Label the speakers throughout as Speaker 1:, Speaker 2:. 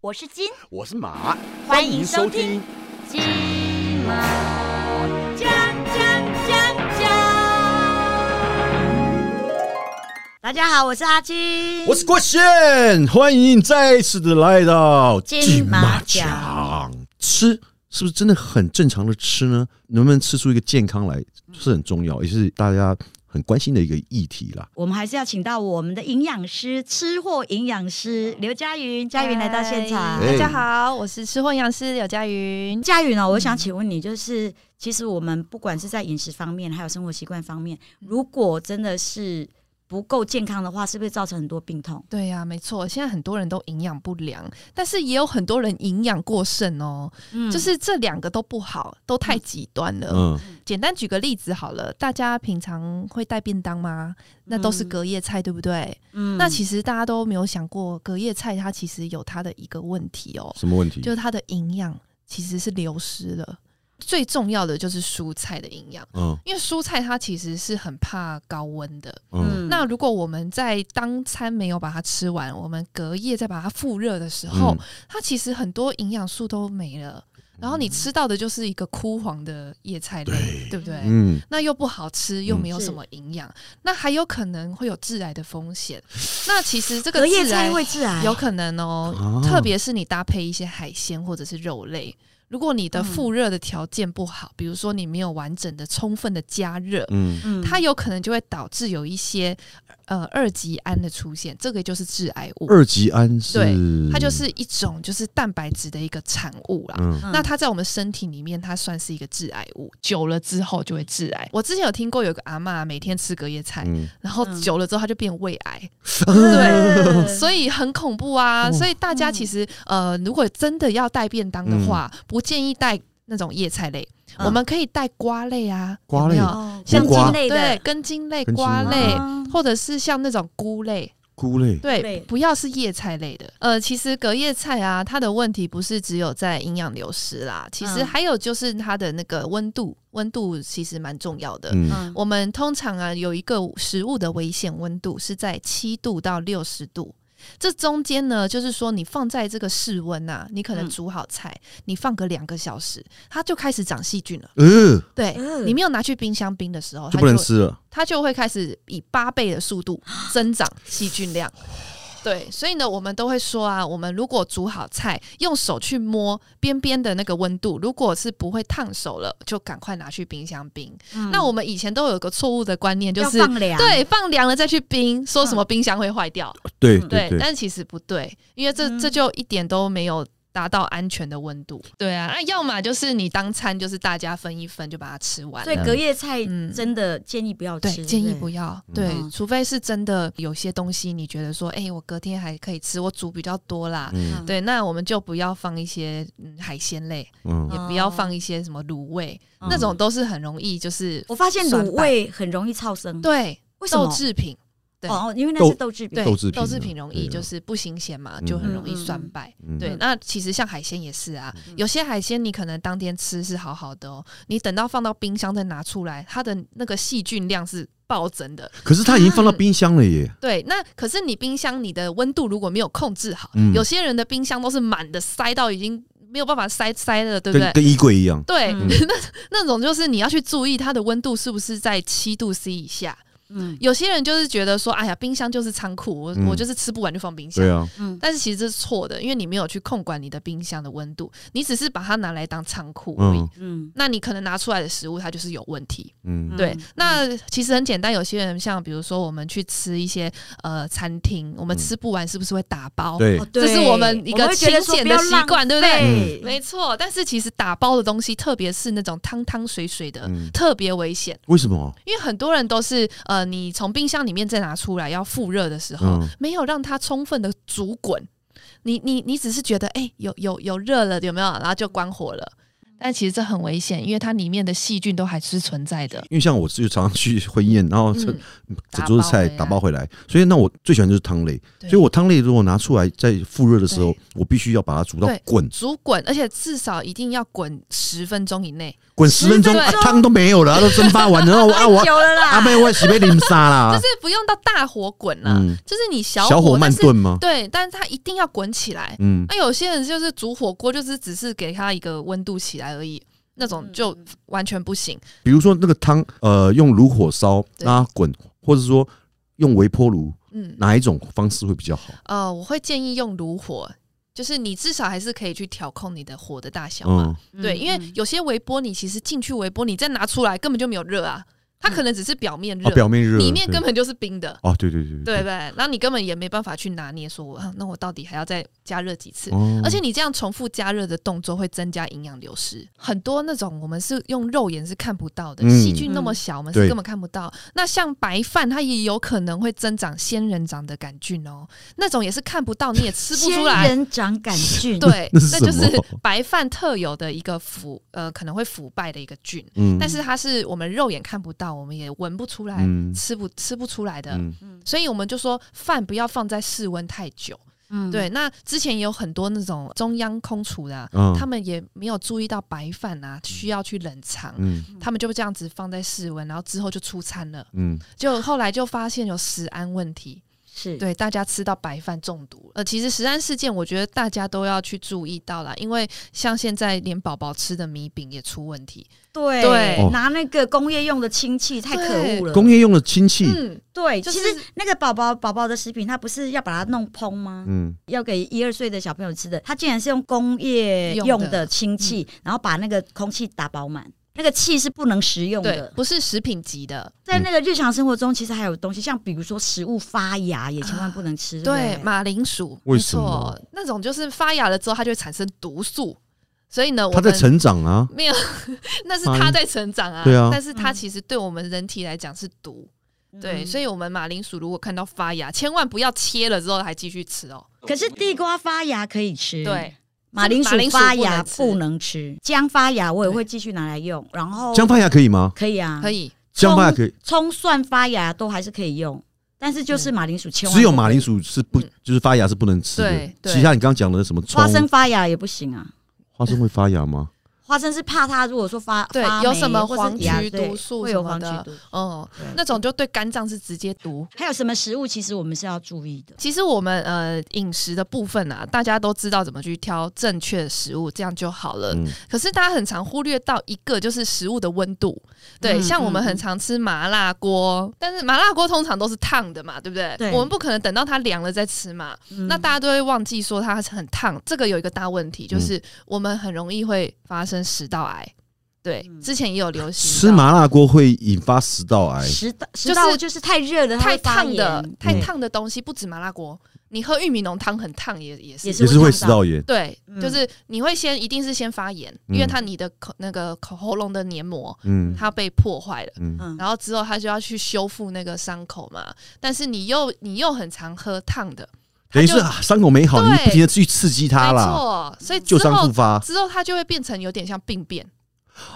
Speaker 1: 我是金，
Speaker 2: 我是马，
Speaker 1: 欢迎收听。金马奖奖奖奖。大家好，我是阿金，
Speaker 2: 我是郭宪，欢迎再次的来到
Speaker 1: 金马奖。
Speaker 2: 吃是不是真的很正常的吃呢？能不能吃出一个健康来是很重要，也是大家很关心的一个议题啦。
Speaker 1: 我们还是要请到我们的营养师，吃货营养师刘佳云，佳云来到现场。
Speaker 2: 哎
Speaker 3: 啊大家好，我是吃货营养师柳佳云。
Speaker 1: 佳云哦，我想请问你，就是其实我们不管是在饮食方面，还有生活习惯方面，
Speaker 2: 嗯
Speaker 1: 如果真的是不够健康的话，是不是造成很多病痛？
Speaker 3: 对呀、没错，现在很多人都营养不良，但是也有很多人营养过剩哦，
Speaker 1: 嗯
Speaker 3: 就是这两个都不好，都太极端了。
Speaker 2: 嗯，
Speaker 3: 简单举个例子好了，大家平常会带便当吗？那都是隔夜菜，对不对？
Speaker 1: 嗯
Speaker 3: 那其实大家都没有想过，隔夜菜它其实有它的一个问题哦，
Speaker 2: 什么问题？
Speaker 3: 就是它的营养其实是流失了。最重要的就是蔬菜的营养，
Speaker 2: 嗯
Speaker 3: 因为蔬菜它其实是很怕高温的。
Speaker 2: 嗯
Speaker 3: 那如果我们在当餐没有把它吃完，我们隔夜再把它复热的时候，
Speaker 2: 嗯
Speaker 3: 它其实很多营养素都没了，然后你吃到的就是一个枯黄的叶菜类，
Speaker 2: 对
Speaker 3: 对不对？
Speaker 2: 嗯，
Speaker 3: 那又不好吃，又
Speaker 2: 嗯
Speaker 3: 没有什么营养，那还有可能会有致癌的风险。那其实这个
Speaker 1: 隔夜
Speaker 3: 致
Speaker 1: 菜
Speaker 3: 癌
Speaker 1: 会致癌，
Speaker 3: 有可能
Speaker 2: 啊
Speaker 3: 哦，特别是你搭配一些海鲜或者是肉类，如果
Speaker 1: 嗯
Speaker 3: 你的复热的条件不好，比如说你没有完整的、充分的加热，
Speaker 2: 嗯
Speaker 1: 嗯
Speaker 3: 它有可能就会导致有一些呃二级胺的出现，这个就是致癌物，
Speaker 2: 二级胺
Speaker 3: 对
Speaker 2: 是
Speaker 3: 它就是一种就是蛋白质的一个产物啦。
Speaker 2: 嗯
Speaker 1: 嗯
Speaker 3: 那它在我们身体里面，它算是一个致癌物，久了之后就会致癌。我之前有听过有个阿嬷每天吃隔夜菜，
Speaker 2: 嗯
Speaker 3: 然后
Speaker 1: 嗯
Speaker 3: 久了之后她就变胃癌，
Speaker 1: 对 嗯
Speaker 3: 所以很恐怖啊！
Speaker 2: 哦
Speaker 3: 所以大家其实呃，如果真的要带便
Speaker 2: 嗯
Speaker 3: 当的话，不建议带那种叶菜类，
Speaker 1: 嗯
Speaker 3: 我们可以带瓜类啊，
Speaker 2: 瓜
Speaker 3: 有没
Speaker 2: 类
Speaker 3: 有
Speaker 1: 哦
Speaker 2: 像
Speaker 1: 根茎
Speaker 2: 瓜
Speaker 1: 类
Speaker 3: 对
Speaker 1: 的，
Speaker 3: 根茎类、
Speaker 2: 根茎
Speaker 3: 瓜
Speaker 2: 类
Speaker 3: 类
Speaker 1: 啊，
Speaker 3: 或者是像那种菇类，
Speaker 2: 菇类，
Speaker 3: 对，
Speaker 1: 对
Speaker 3: 不要是叶菜类的。呃，其实隔夜菜啊，它的问题不是只有在营养流失啦，其实
Speaker 1: 嗯
Speaker 3: 还有就是它的那个温度，温度其实蛮重要的。
Speaker 2: 嗯
Speaker 1: 嗯
Speaker 3: 我们通常啊有一个食物的危险温度是在七度到六十度，这中间呢，就是说你放在这个室温呐、你可能
Speaker 1: 嗯
Speaker 3: 煮好菜，你放个两个小时，它就开始长细菌了。
Speaker 2: 呃，
Speaker 3: 对，
Speaker 1: 嗯
Speaker 3: 你没有拿去冰箱冰的时候，
Speaker 2: 就
Speaker 3: 它
Speaker 2: 不能
Speaker 3: 就
Speaker 2: 吃了。
Speaker 3: 它就会开始以八倍的速度增长细菌量。对，所以呢，我们都会说啊，我们如果煮好菜，用手去摸边边的那个温度，如果是不会烫手了，就赶快拿去冰箱冰。
Speaker 1: 嗯
Speaker 3: 那我们以前都有一个错误的观念，就是
Speaker 1: 要放凉，
Speaker 3: 对放凉了嗯再去冰，说什么冰箱会坏掉，
Speaker 2: 对
Speaker 1: 嗯
Speaker 2: 对对，
Speaker 3: 但其实不对，因为这、
Speaker 1: 嗯
Speaker 3: 这就一点都没有。达到安全的温度，对啊，那要么就是你当餐就是大家分一分就把它吃完了，
Speaker 1: 所以隔夜菜
Speaker 3: 嗯
Speaker 1: 真的建议不要
Speaker 3: 对
Speaker 1: 吃，，
Speaker 3: 建议不
Speaker 1: 要。
Speaker 3: 要。
Speaker 2: 嗯
Speaker 3: 对，
Speaker 1: 嗯
Speaker 3: 除非是真的有些东西，你觉得说，哎、我隔天还可以吃，我煮比较多啦。
Speaker 2: 嗯
Speaker 3: 对，那我们就不要放一些、嗯、海鲜类，
Speaker 2: 嗯
Speaker 3: 也
Speaker 1: 嗯
Speaker 3: 不要放一些什么卤味，
Speaker 1: 嗯
Speaker 3: 那种都是很容易就是
Speaker 1: 我发现
Speaker 3: 酸
Speaker 1: 卤
Speaker 3: 败
Speaker 1: 味很容易超生，，
Speaker 3: 对
Speaker 1: 为什么
Speaker 3: 豆？制品，对
Speaker 1: 哦，因为那是豆制品
Speaker 3: 对，
Speaker 2: 豆制品
Speaker 3: 豆制
Speaker 2: 啊
Speaker 3: 品容
Speaker 2: 对
Speaker 3: 易
Speaker 2: 啊
Speaker 3: 就是不新鲜嘛，
Speaker 2: 嗯
Speaker 3: 就很容易
Speaker 1: 嗯嗯
Speaker 3: 酸
Speaker 1: 嗯
Speaker 3: 败。
Speaker 2: 嗯
Speaker 3: 对，那其实像海鲜也是啊，
Speaker 1: 嗯
Speaker 3: 有些海鲜你可能当天吃是好好的哦，你等到放到冰箱再拿出来，它的那个细菌量是暴增的。
Speaker 2: 可是它已经
Speaker 3: 嗯
Speaker 2: 放到冰箱了耶。
Speaker 3: 对，那可是你冰箱你的温度如果没有控制好，
Speaker 2: 嗯
Speaker 3: 有些人的冰箱都是满的，塞到已经没有办法塞塞了，对不
Speaker 2: 跟
Speaker 3: 对？
Speaker 2: 跟衣柜一样，
Speaker 3: 对，
Speaker 1: 嗯
Speaker 3: 那那种就是你要去注意它的温度是不是在七度 C 以下。
Speaker 1: 嗯
Speaker 3: 有些人就是觉得说，哎呀，冰箱就是仓库，我、
Speaker 2: 嗯
Speaker 3: 我就是吃不完就放冰箱。
Speaker 2: 对啊，
Speaker 1: 嗯，
Speaker 3: 但是其实这是错的，因为你没有去控管你的冰箱的温度，你只是把它拿来当仓库而已。
Speaker 2: 嗯
Speaker 1: 嗯
Speaker 3: 那你可能拿出来的食物它就是有问题。
Speaker 2: 嗯
Speaker 3: 对
Speaker 1: 嗯，
Speaker 3: 那其实很简单，有些人像比如说我们去吃一些呃餐厅，我们吃不完是不是会打包？
Speaker 2: 嗯对
Speaker 1: 哦，
Speaker 3: 这是
Speaker 1: 对
Speaker 3: 我们一个
Speaker 1: 会觉得说
Speaker 3: 勤
Speaker 1: 不
Speaker 3: 俭的
Speaker 1: 要
Speaker 3: 习
Speaker 1: 浪
Speaker 3: 惯对不对
Speaker 2: 嗯
Speaker 1: 费
Speaker 3: 没错，但是其实打包的东西，特别是那种汤汤水水的，
Speaker 2: 嗯
Speaker 3: 特别危险，
Speaker 2: 为什么？
Speaker 3: 因为很多人都是呃，你从冰箱里面再拿出来要复热的时候，
Speaker 2: 嗯
Speaker 3: 没有让它充分的煮滚，你你你只是觉得哎、有有有热了有没有，然后就关火了。但其实这很危险，因为它里面的细菌都还是存在的。
Speaker 2: 因为像我就常常去婚宴，然后这
Speaker 3: 嗯，
Speaker 2: 整桌子菜
Speaker 3: 打
Speaker 2: 打
Speaker 3: 包
Speaker 2: 包回来，所以那我最喜欢就是汤类，
Speaker 3: 对
Speaker 2: 所以我汤类如果拿出来在复热的时候
Speaker 3: 对，
Speaker 2: 我必须要把它煮到
Speaker 3: 对
Speaker 2: 滚，
Speaker 3: 煮滚，而且至少一定要滚十分钟以内，
Speaker 2: 滚十分钟，
Speaker 3: 对
Speaker 2: 汤都没有了，它都蒸发完了，然后我啊 我
Speaker 1: 久了
Speaker 2: 阿
Speaker 1: 啦，
Speaker 2: 妹我洗被淋杀
Speaker 3: 就
Speaker 2: 啦
Speaker 3: 是，不用到大火滚啦，
Speaker 2: 嗯，
Speaker 3: 就是你小火
Speaker 2: 小火慢。
Speaker 3: 但
Speaker 2: 炖吗
Speaker 3: 是？对，但是它一定要滚起来。
Speaker 2: 嗯，
Speaker 3: 那、有些人就是煮火锅，就是只是给它一个温度起来而已，那
Speaker 2: 嗯
Speaker 3: 种就完全不行。
Speaker 2: 比如说那个汤，呃，用炉火烧
Speaker 3: 对
Speaker 2: 让它滚，或者说用微波炉，
Speaker 3: 嗯，
Speaker 2: 哪一种方式会比较好？
Speaker 3: 呃，我会建议用炉火，就是你至少还是可以去调控你的火的大小嘛。
Speaker 2: 嗯，
Speaker 3: 对，因为有些微波你其实进去微波，你再拿出来根本就没有热啊，它
Speaker 2: 嗯
Speaker 3: 可能只是表面热，
Speaker 2: 啊，表面热，
Speaker 3: 里面
Speaker 2: 对
Speaker 3: 根本就是冰的。
Speaker 2: 哦，对对对
Speaker 3: 对不对，然后你根本也没办法去拿捏说，我啊那我到底还要再加热几次？
Speaker 2: 哦
Speaker 3: 而且你这样重复加热的动作会增加营养流失，很多那种我们是用肉眼是看不到的，
Speaker 2: 嗯
Speaker 3: 细菌那么小，我们是
Speaker 2: 对
Speaker 3: 根本看不到。那像白饭，它也有可能会增长仙人掌的杆菌哦，那种也是看不到，你也吃不出
Speaker 1: 仙
Speaker 3: 来。
Speaker 1: 人掌杆菌，
Speaker 3: 对，
Speaker 2: 那是
Speaker 3: 那就
Speaker 2: 什
Speaker 3: 是
Speaker 2: 么哦
Speaker 3: 白饭特有的一个腐呃可能会腐败的一个菌，
Speaker 2: 嗯
Speaker 3: 但是它是我们肉眼看不到，我们也闻不出来，
Speaker 2: 嗯
Speaker 3: 吃不吃不出来的。
Speaker 2: 嗯
Speaker 3: 所以我们就说饭不要放在室温太久。
Speaker 1: 嗯
Speaker 3: 对，那之前也有很多那种中央空厨的啊、
Speaker 2: 嗯
Speaker 3: 他们也没有注意到白饭啊需要去冷藏，
Speaker 2: 嗯
Speaker 3: 他们就这样子放在室温，然后之后就出餐了。
Speaker 2: 嗯
Speaker 3: 就后来就发现有食安问题，
Speaker 1: 是，
Speaker 3: 对大家吃到白饭中毒。呃，其实食安事件，我觉得大家都要去注意到啦，因为像现在连宝宝吃的米饼也出问题，
Speaker 1: 对
Speaker 3: 对
Speaker 2: 哦
Speaker 1: 拿那个工业用的氢气太可恶
Speaker 3: 呃
Speaker 1: 了。
Speaker 2: 工业用的氢气，
Speaker 3: 嗯，
Speaker 1: 对，
Speaker 3: 就
Speaker 1: 其
Speaker 3: 是
Speaker 1: 实那个宝宝宝宝的食品，它不是要把它弄烹吗？
Speaker 2: 嗯，
Speaker 1: 要给一二岁的小朋友吃的，它竟然是用工业用
Speaker 3: 用的嗯
Speaker 1: 的氢气，然后把那个空气打饱满，那个气是不能食用
Speaker 3: 对
Speaker 1: 的，。
Speaker 3: 不是食品级的，
Speaker 2: 嗯
Speaker 1: 在那个日常生活中，其实还有东西，像比如说食物发芽也千万不能吃。
Speaker 3: 啊对，
Speaker 1: 不
Speaker 3: 马铃薯，
Speaker 2: 为
Speaker 3: 没
Speaker 2: 什么
Speaker 3: 错，那种就是发芽了之后，它就会产生毒素，所以呢，我
Speaker 2: 它在
Speaker 3: 们
Speaker 2: 成长啊，
Speaker 3: 没有， 那是
Speaker 2: 马铃
Speaker 3: 它在成长啊，
Speaker 2: 对啊
Speaker 3: 但是它
Speaker 1: 嗯
Speaker 3: 其实对我们人体来讲是毒，对，所
Speaker 1: 以
Speaker 3: 以我们马铃薯如果看到发芽，千万不要切了之后还继续吃哦，
Speaker 1: 可是地瓜发芽可以吃，
Speaker 3: 对，
Speaker 1: 马铃薯
Speaker 3: 马铃薯
Speaker 1: 发芽
Speaker 3: 不能吃
Speaker 1: 不能吃，姜发芽我也会继续拿来用，然
Speaker 3: 哦
Speaker 1: 后
Speaker 2: 姜发芽可以吗？
Speaker 1: 可以啊，
Speaker 3: 可以，
Speaker 2: 姜发芽
Speaker 1: 葱
Speaker 2: 可以，
Speaker 1: 葱蒜发芽都还是可以用，但是就是马铃薯千万
Speaker 2: 只有
Speaker 1: 不
Speaker 2: 马
Speaker 1: 可以
Speaker 2: 铃薯是不
Speaker 3: 嗯
Speaker 2: 就是发芽是不能吃的
Speaker 3: 对，对
Speaker 2: 其他你刚刚讲的什么葱
Speaker 1: 花生发芽也不行啊。
Speaker 2: 花生会发芽吗？
Speaker 1: 花生是怕它如果说发
Speaker 3: 对
Speaker 1: 发
Speaker 3: 有
Speaker 1: 霉
Speaker 3: 什么
Speaker 1: 或是
Speaker 3: 黄
Speaker 1: 芽
Speaker 3: 曲
Speaker 1: 对
Speaker 3: 毒素
Speaker 1: 会
Speaker 3: 什
Speaker 1: 有
Speaker 3: 么
Speaker 1: 黄曲
Speaker 3: 的
Speaker 1: 毒。
Speaker 3: 嗯，
Speaker 1: 对
Speaker 3: 那种就对肝脏是直接毒。
Speaker 1: 还有什么食物其实我们是要注意的？
Speaker 3: 其实我们呃饮食的部分啊，大家都知道怎么去挑正确的食物，这样就好了。
Speaker 2: 嗯
Speaker 3: 可是大家很常忽略到一个，就是食物的温度。对，
Speaker 1: 嗯
Speaker 3: 像我们
Speaker 1: 嗯
Speaker 3: 很
Speaker 1: 嗯
Speaker 3: 常吃麻辣锅，但是麻辣锅通常都是烫的嘛，对不对？
Speaker 1: 对嗯
Speaker 3: 我们不可能等到它凉了再吃嘛。那大家都会忘记说它是很烫，这个有一个大问题，
Speaker 1: 嗯
Speaker 3: 就是我们很容易会发生食道癌。对，
Speaker 1: 嗯
Speaker 3: 之前也有流行
Speaker 2: 吃
Speaker 3: 到
Speaker 2: 麻辣锅会引发食道癌，
Speaker 1: 食道
Speaker 3: 是
Speaker 1: 食道就是太热了，它
Speaker 3: 太
Speaker 1: 会发
Speaker 3: 烫
Speaker 1: 炎
Speaker 3: 的、太
Speaker 2: 嗯
Speaker 3: 烫的东西，不止麻辣锅，你喝玉米浓汤很烫也也是
Speaker 1: 也
Speaker 2: 也是会
Speaker 1: 会
Speaker 2: 食
Speaker 1: 烫到
Speaker 2: 道炎。
Speaker 3: 对，
Speaker 1: 嗯
Speaker 3: 就是你会先一定是先发炎，因
Speaker 2: 嗯
Speaker 3: 为它你的口那个口喉咙的黏膜
Speaker 2: 嗯
Speaker 3: 它被破坏了。
Speaker 2: 嗯，
Speaker 1: 嗯，
Speaker 3: 然后之后它就要去修复那个伤口嘛，但是你又你又很常喝烫的，
Speaker 2: 等于
Speaker 3: 就是
Speaker 2: 啊伤口没好，你
Speaker 3: 对
Speaker 2: 不停的去刺激它
Speaker 3: 没
Speaker 2: 啦，
Speaker 3: 错，所以之
Speaker 2: 旧伤
Speaker 3: 后
Speaker 2: 复发。
Speaker 3: 之后它就会变成有点像病变，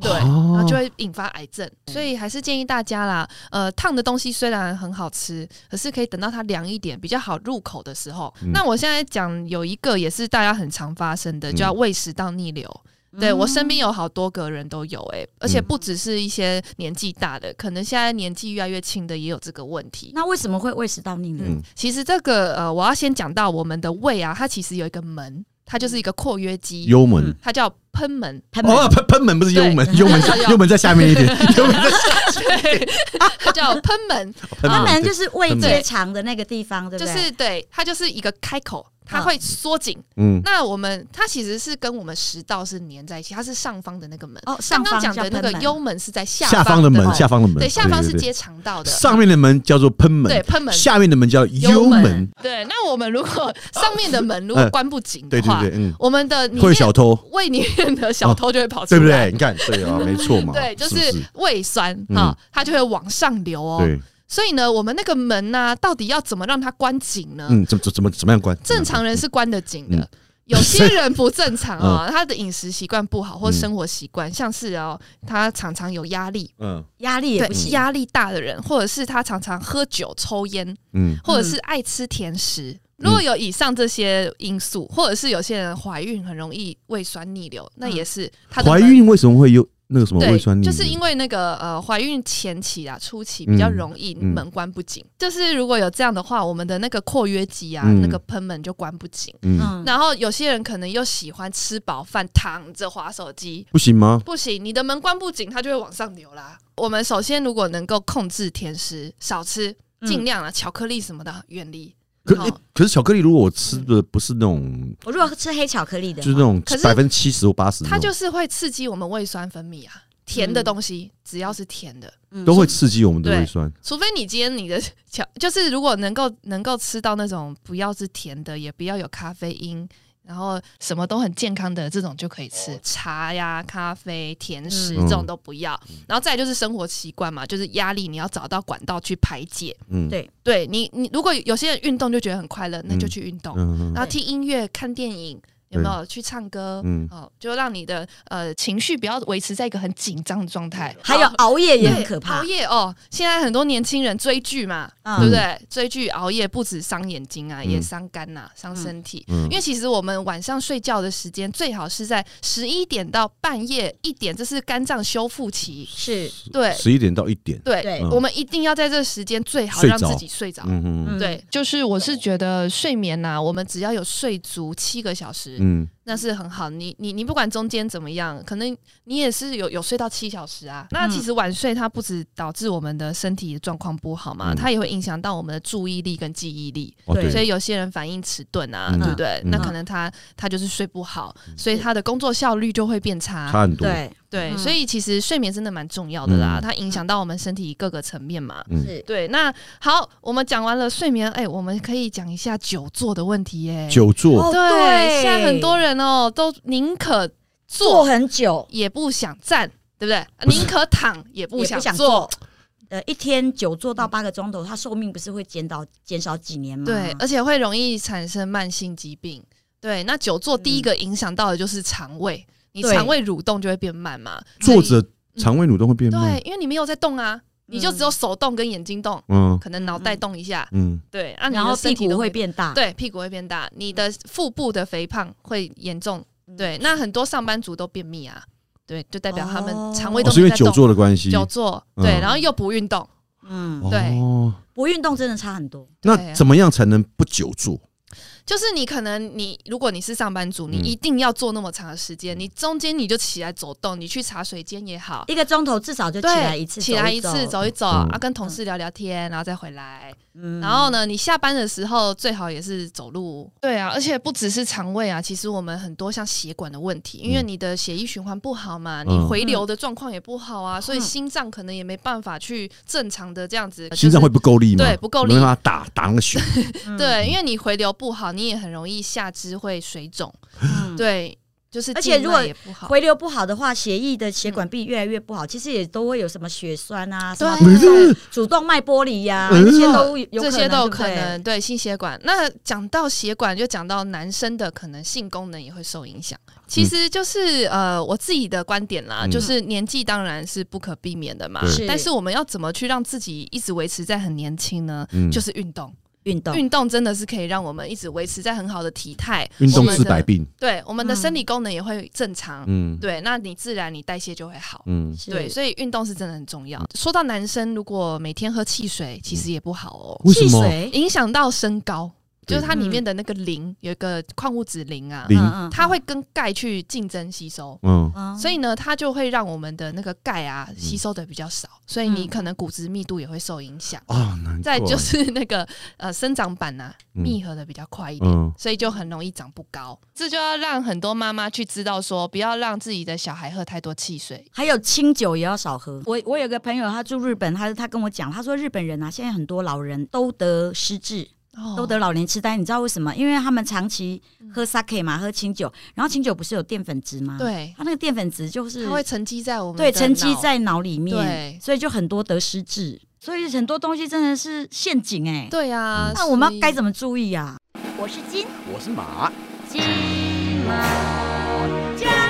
Speaker 3: 对，
Speaker 2: 啊哦
Speaker 3: 然后就会引发癌症。所以还是建议大家啦，呃，烫的东西虽然很好吃，可是可以等到它凉一点比较好入口的时候。
Speaker 2: 嗯
Speaker 3: 那我现在讲有一个也是大家很常发生的，
Speaker 2: 嗯
Speaker 3: 叫胃食道逆流。
Speaker 1: 嗯
Speaker 3: 对我身边有好多个人都有哎、
Speaker 2: 嗯
Speaker 3: 而且不只是一些年纪大的，可能现在年纪越来越轻的也有这个问题。
Speaker 1: 那为什么会胃食道逆流？
Speaker 2: 嗯
Speaker 3: 其实这个呃，我要先讲到我们的胃啊，它其实有一个门，它就是一个括约肌，
Speaker 2: 幽门
Speaker 3: 它叫贲嗯 门。
Speaker 1: 喷门
Speaker 2: 哦，喷喷门不是幽门，
Speaker 1: 对
Speaker 2: 幽门在
Speaker 3: 对对
Speaker 2: 幽门在下面一 点，幽门在
Speaker 3: 对，它叫喷门，
Speaker 2: 喷
Speaker 1: 喷门
Speaker 2: 门
Speaker 1: 就
Speaker 2: 对
Speaker 1: 是胃
Speaker 2: 喷门
Speaker 1: 结肠的那个地方， 对不
Speaker 3: 就
Speaker 1: 对？
Speaker 3: 是对，它就是一个开口，它会缩紧。
Speaker 2: 嗯
Speaker 3: 那我们它其实是跟我们食道是粘在一起，它是上方的那个门。
Speaker 1: 哦，上
Speaker 3: 刚
Speaker 1: 方
Speaker 3: 刚讲的那个幽
Speaker 1: 幽
Speaker 3: 门是在下
Speaker 2: 下方的门，下方的门
Speaker 3: 对，下方是
Speaker 2: 对对
Speaker 3: 接肠道的，
Speaker 2: 上面的门叫做喷
Speaker 3: 对
Speaker 2: 门，
Speaker 3: 喷门。
Speaker 2: 下面的门叫幽门，。
Speaker 3: 对，那我们如果上面的门如 果关不紧
Speaker 2: 对
Speaker 3: 的
Speaker 2: 对嗯
Speaker 3: 话，
Speaker 2: 对，嗯，
Speaker 3: 我们的里
Speaker 2: 会有
Speaker 3: 面
Speaker 2: 小偷，哦
Speaker 3: 胃里面的小偷就会跑出
Speaker 2: 对不
Speaker 3: 来，
Speaker 2: 对？你看，对 啊，没错嘛，
Speaker 3: 对，就是
Speaker 2: 不是
Speaker 3: 胃酸
Speaker 2: 嗯
Speaker 3: 哈、它就会往上流哦。
Speaker 2: 对，
Speaker 3: 所以呢，我们那个啊门呢、到底要怎么让它关紧呢？
Speaker 2: 嗯，怎怎怎么怎么样关？
Speaker 3: 正常人是关得紧的，
Speaker 2: 嗯
Speaker 3: 有些人不正常 啊、他的饮食习惯不好，或生活习惯，像是哦，他常常有压力，
Speaker 2: 嗯
Speaker 1: 压力也
Speaker 3: 对
Speaker 1: 不行，
Speaker 3: 压力大的人，或者是他常常喝酒、抽烟，
Speaker 2: 嗯
Speaker 3: 或者是爱吃甜食。如果有以上这些因素，或者是有些人怀孕很容易胃酸逆流，
Speaker 1: 嗯
Speaker 3: 那也是他的
Speaker 2: 嗯怀孕为什么会有那个什么
Speaker 3: 对
Speaker 2: 胃酸，逆流？
Speaker 3: 就是因为那个呃，怀孕前期啊、初期比较容易
Speaker 2: 嗯嗯
Speaker 3: 门关不紧。就是如果有这样的话，我们的那个括约肌啊，
Speaker 2: 嗯
Speaker 3: 那个喷门就关不紧。
Speaker 2: 嗯，
Speaker 1: 嗯，
Speaker 3: 然后有些人可能又喜欢吃饱饭躺着划手机，
Speaker 2: 不行吗？
Speaker 3: 不行，你的门关不紧，它就会往上流啦。我们首先如果能够控制甜食，少吃，
Speaker 1: 嗯
Speaker 3: 尽量啊，巧克力什么的远离。
Speaker 2: 可
Speaker 3: 好
Speaker 2: 诶可是巧克力，如果我吃的不是那种，
Speaker 1: 我如果吃黑巧克力的
Speaker 2: 就是
Speaker 1: 话，
Speaker 2: 那种
Speaker 3: 可是
Speaker 2: 百分之七十或八十，
Speaker 3: 它就是会刺激我们胃酸分泌啊。甜的东西，只要是甜的，
Speaker 1: 嗯
Speaker 2: 都会刺激我们的
Speaker 3: 对
Speaker 2: 胃酸。
Speaker 3: 除非你今天你的巧，就是如果能够能够吃到那种不要是甜的，也不要有咖啡因，然后什么都很健康的这种就可以吃，茶呀、咖啡、甜食、
Speaker 2: 嗯
Speaker 3: 这种都不要。然后再来就是生活习惯嘛，就是压力你要找到管道去排解。
Speaker 2: 嗯，
Speaker 1: 对
Speaker 3: 对你，你如果有些人运动就觉得很快乐，那就去运动，
Speaker 2: 嗯
Speaker 3: 然后听音乐、看电影，有没有去唱歌？
Speaker 2: 嗯，
Speaker 3: 哦，就让你的呃情绪不要维持在一个很紧张的状态，
Speaker 1: 还有熬夜也
Speaker 3: 对
Speaker 1: 很可怕
Speaker 3: 熬，夜哦，现在很多年轻人追剧嘛，
Speaker 1: 嗯
Speaker 3: 对不对？追剧熬夜不止伤眼睛啊，
Speaker 2: 嗯
Speaker 3: 也伤肝呐、伤身体。
Speaker 2: 嗯
Speaker 3: 因为其实我们晚上睡觉的时间最好是在十一点到半夜一点，这是肝脏修复期。
Speaker 1: 是
Speaker 3: 对
Speaker 2: 十一点到一点，
Speaker 3: 对，
Speaker 1: 对
Speaker 2: 嗯
Speaker 3: 我们一定要在这时间最好
Speaker 2: 睡
Speaker 3: 让
Speaker 2: 着
Speaker 3: 自己睡着。
Speaker 2: 嗯嗯嗯
Speaker 1: 嗯
Speaker 3: 对，就是我是觉得睡眠呐、我们只要有睡足七个小时，
Speaker 2: 嗯，
Speaker 3: 那是很好。你你你不管中间怎么样，可能你也是有有睡到七小时啊。
Speaker 2: 嗯
Speaker 3: 那其实晚睡它不止导致我们的身体状况不好嘛，
Speaker 2: 嗯
Speaker 3: 它也会影响到我们的注意力跟记忆力。
Speaker 2: 哦
Speaker 1: 对
Speaker 3: 所以有些人反应迟钝啊，
Speaker 2: 嗯
Speaker 3: 对不对？
Speaker 2: 嗯
Speaker 3: 那可能他他就是睡不好，所以他的工作效率就会变差。
Speaker 2: 差很多，
Speaker 1: 对
Speaker 3: 对，
Speaker 1: 嗯
Speaker 3: 所以其实睡眠真的蛮重要的啦，
Speaker 2: 嗯
Speaker 3: 它影响到我们身体各个层面嘛。
Speaker 2: 嗯
Speaker 1: 是
Speaker 3: 对，那好，我们讲完了睡眠，哎、我们可以讲一下久坐的问题、耶。
Speaker 2: 久坐
Speaker 1: 哦
Speaker 3: 对，
Speaker 1: 对
Speaker 3: 现在很多人哦，都宁可
Speaker 1: 坐
Speaker 3: 坐
Speaker 1: 很久
Speaker 3: 也不想站，对不对？
Speaker 2: 不是
Speaker 3: 宁可躺也不
Speaker 1: 也
Speaker 3: 想
Speaker 1: 不想
Speaker 3: 坐
Speaker 1: 做。，呃，一天久坐到八个钟头，它寿命不是会减少减少几年吗？
Speaker 3: 对，而且会容易产生慢性疾病。对，那久坐第一个影响到的就是肠胃，你
Speaker 1: 对
Speaker 3: 肠胃蠕动就会变慢嘛。
Speaker 2: 坐
Speaker 3: 所以
Speaker 2: 着肠胃蠕动会变慢
Speaker 3: 对，，因为你没有在动啊，你就只有手动跟眼睛动，
Speaker 2: 嗯
Speaker 3: 可能脑袋动一下。
Speaker 2: 嗯
Speaker 3: 对，啊，你的
Speaker 1: 然后
Speaker 3: 身
Speaker 1: 屁
Speaker 3: 体都
Speaker 1: 股会。变大，嗯
Speaker 3: 对，屁股会变大，你的腹部的肥胖会严重。对，那很多上班族都便秘啊，对，就代表他们
Speaker 1: 哦
Speaker 3: 肠胃
Speaker 2: 哦
Speaker 3: 都
Speaker 2: 是因
Speaker 3: 没
Speaker 2: 为
Speaker 3: 在动
Speaker 2: 久。坐的关系，
Speaker 3: 久坐，对，
Speaker 2: 嗯
Speaker 3: 然后又不运动，
Speaker 1: 嗯，
Speaker 3: 对
Speaker 2: 哦，
Speaker 1: 不运动真的差很多。
Speaker 3: 对
Speaker 2: 那
Speaker 3: 啊
Speaker 2: 怎么样才能不久坐？
Speaker 3: 就是你可能你如果你是上班族，你
Speaker 2: 嗯
Speaker 3: 一定要坐那么长的时间，你中间你就起来走动，你去茶水间也好，
Speaker 1: 一个钟头至少就起
Speaker 3: 对，
Speaker 1: 来一次，
Speaker 3: 起来一
Speaker 1: 走
Speaker 3: 次
Speaker 1: 走，
Speaker 3: 走一走
Speaker 2: 嗯
Speaker 3: 啊，跟同事聊聊天，然后再回来。
Speaker 1: 嗯
Speaker 3: 然后呢，你下班的时候最好也是走路。对啊，而且不只是肠胃啊，其实我们很多像血管的问题，因为
Speaker 2: 嗯
Speaker 3: 你的血液循环不好嘛，
Speaker 2: 嗯
Speaker 3: 你回流的状况也不好啊，所以心脏可能也没办法去正常的这样子。
Speaker 2: 心脏会不够力吗？
Speaker 3: 呃对不够力
Speaker 2: 没办法打打那个血，
Speaker 1: 嗯
Speaker 3: 对，因为你回流不好，你也很容易下肢会水肿。
Speaker 1: 嗯
Speaker 3: 对，就是
Speaker 1: 而且
Speaker 3: 静
Speaker 1: 如果
Speaker 3: 脉也不好。
Speaker 1: 回流不好的话，血液的血管壁越来越不好，其实也都会有什么血栓啊，什么
Speaker 3: 对
Speaker 1: 主动主动脉剥离呀，
Speaker 2: 嗯
Speaker 1: 这些都有
Speaker 3: 这些都有可
Speaker 1: 对不对
Speaker 3: 能，对心血管。那讲到血管，就讲到男生的可能性功能也会受影响。其实就是、呃，我自己的观点啦，
Speaker 2: 嗯
Speaker 3: 就是年纪当然是不可避免的嘛
Speaker 2: 对，
Speaker 1: 是
Speaker 3: 但是我们要怎么去让自己一直维持在很年轻呢？
Speaker 2: 嗯，
Speaker 3: 就是运动，
Speaker 1: 运动
Speaker 3: 运动真的是可以让我们一直维持在很好的体态，
Speaker 2: 运动
Speaker 3: 我们
Speaker 2: 治
Speaker 3: 的
Speaker 2: 百，病，
Speaker 3: 对我们的
Speaker 1: 嗯
Speaker 3: 生理功能也会正常，
Speaker 2: 嗯
Speaker 3: 对，那你自然你代谢就会好。
Speaker 2: 嗯，
Speaker 1: 是
Speaker 3: 对，所以运动是真的很重要。说到男生，如果每天喝汽水，
Speaker 2: 嗯
Speaker 3: 其实也不好哦。
Speaker 2: 为什
Speaker 1: 汽
Speaker 2: 么？
Speaker 1: 水，
Speaker 3: 影响到身高，
Speaker 2: 对
Speaker 3: 就是它里面的那个磷有一个矿物质磷啊，
Speaker 2: 磷
Speaker 1: 嗯
Speaker 3: 它会跟钙去竞争吸收。
Speaker 2: 嗯
Speaker 1: 嗯
Speaker 3: 所以呢，它就会让我们的那个钙啊吸收的比较少，所以
Speaker 1: 嗯
Speaker 3: 你可能骨质密度也会受影响。
Speaker 2: 啊，难
Speaker 3: 再
Speaker 2: 怪
Speaker 3: 就是那个呃生长板啊，
Speaker 2: 嗯
Speaker 3: 密合的比较快一点，
Speaker 2: 嗯
Speaker 3: 所以就很容易长不高。这就要让很多妈妈去知道说，不要让自己的小孩喝太多汽水。
Speaker 1: 还有清酒也要少喝。我我有个朋友，他住日本，他他跟我讲，他说日本人啊，现在很多老人都得失智，
Speaker 3: 哦
Speaker 1: 都得老年痴呆。你知道为什么？因为他们长期喝 sake 嘛，喝清酒，然后清酒不是有淀粉质吗？，
Speaker 3: 对，
Speaker 1: 他那个淀粉质就是
Speaker 3: 它会沉积在我们
Speaker 1: 啊对
Speaker 3: 的
Speaker 1: 沉积
Speaker 3: 脑
Speaker 1: 在脑里面
Speaker 3: 对，
Speaker 1: 所以就很多得失智。所以很多东西真的是陷阱哎、
Speaker 3: 对啊。
Speaker 1: 那我们
Speaker 3: 所以
Speaker 1: 要该怎么注意啊？
Speaker 4: 我是金
Speaker 2: 我是马，
Speaker 4: 金
Speaker 5: 吗？加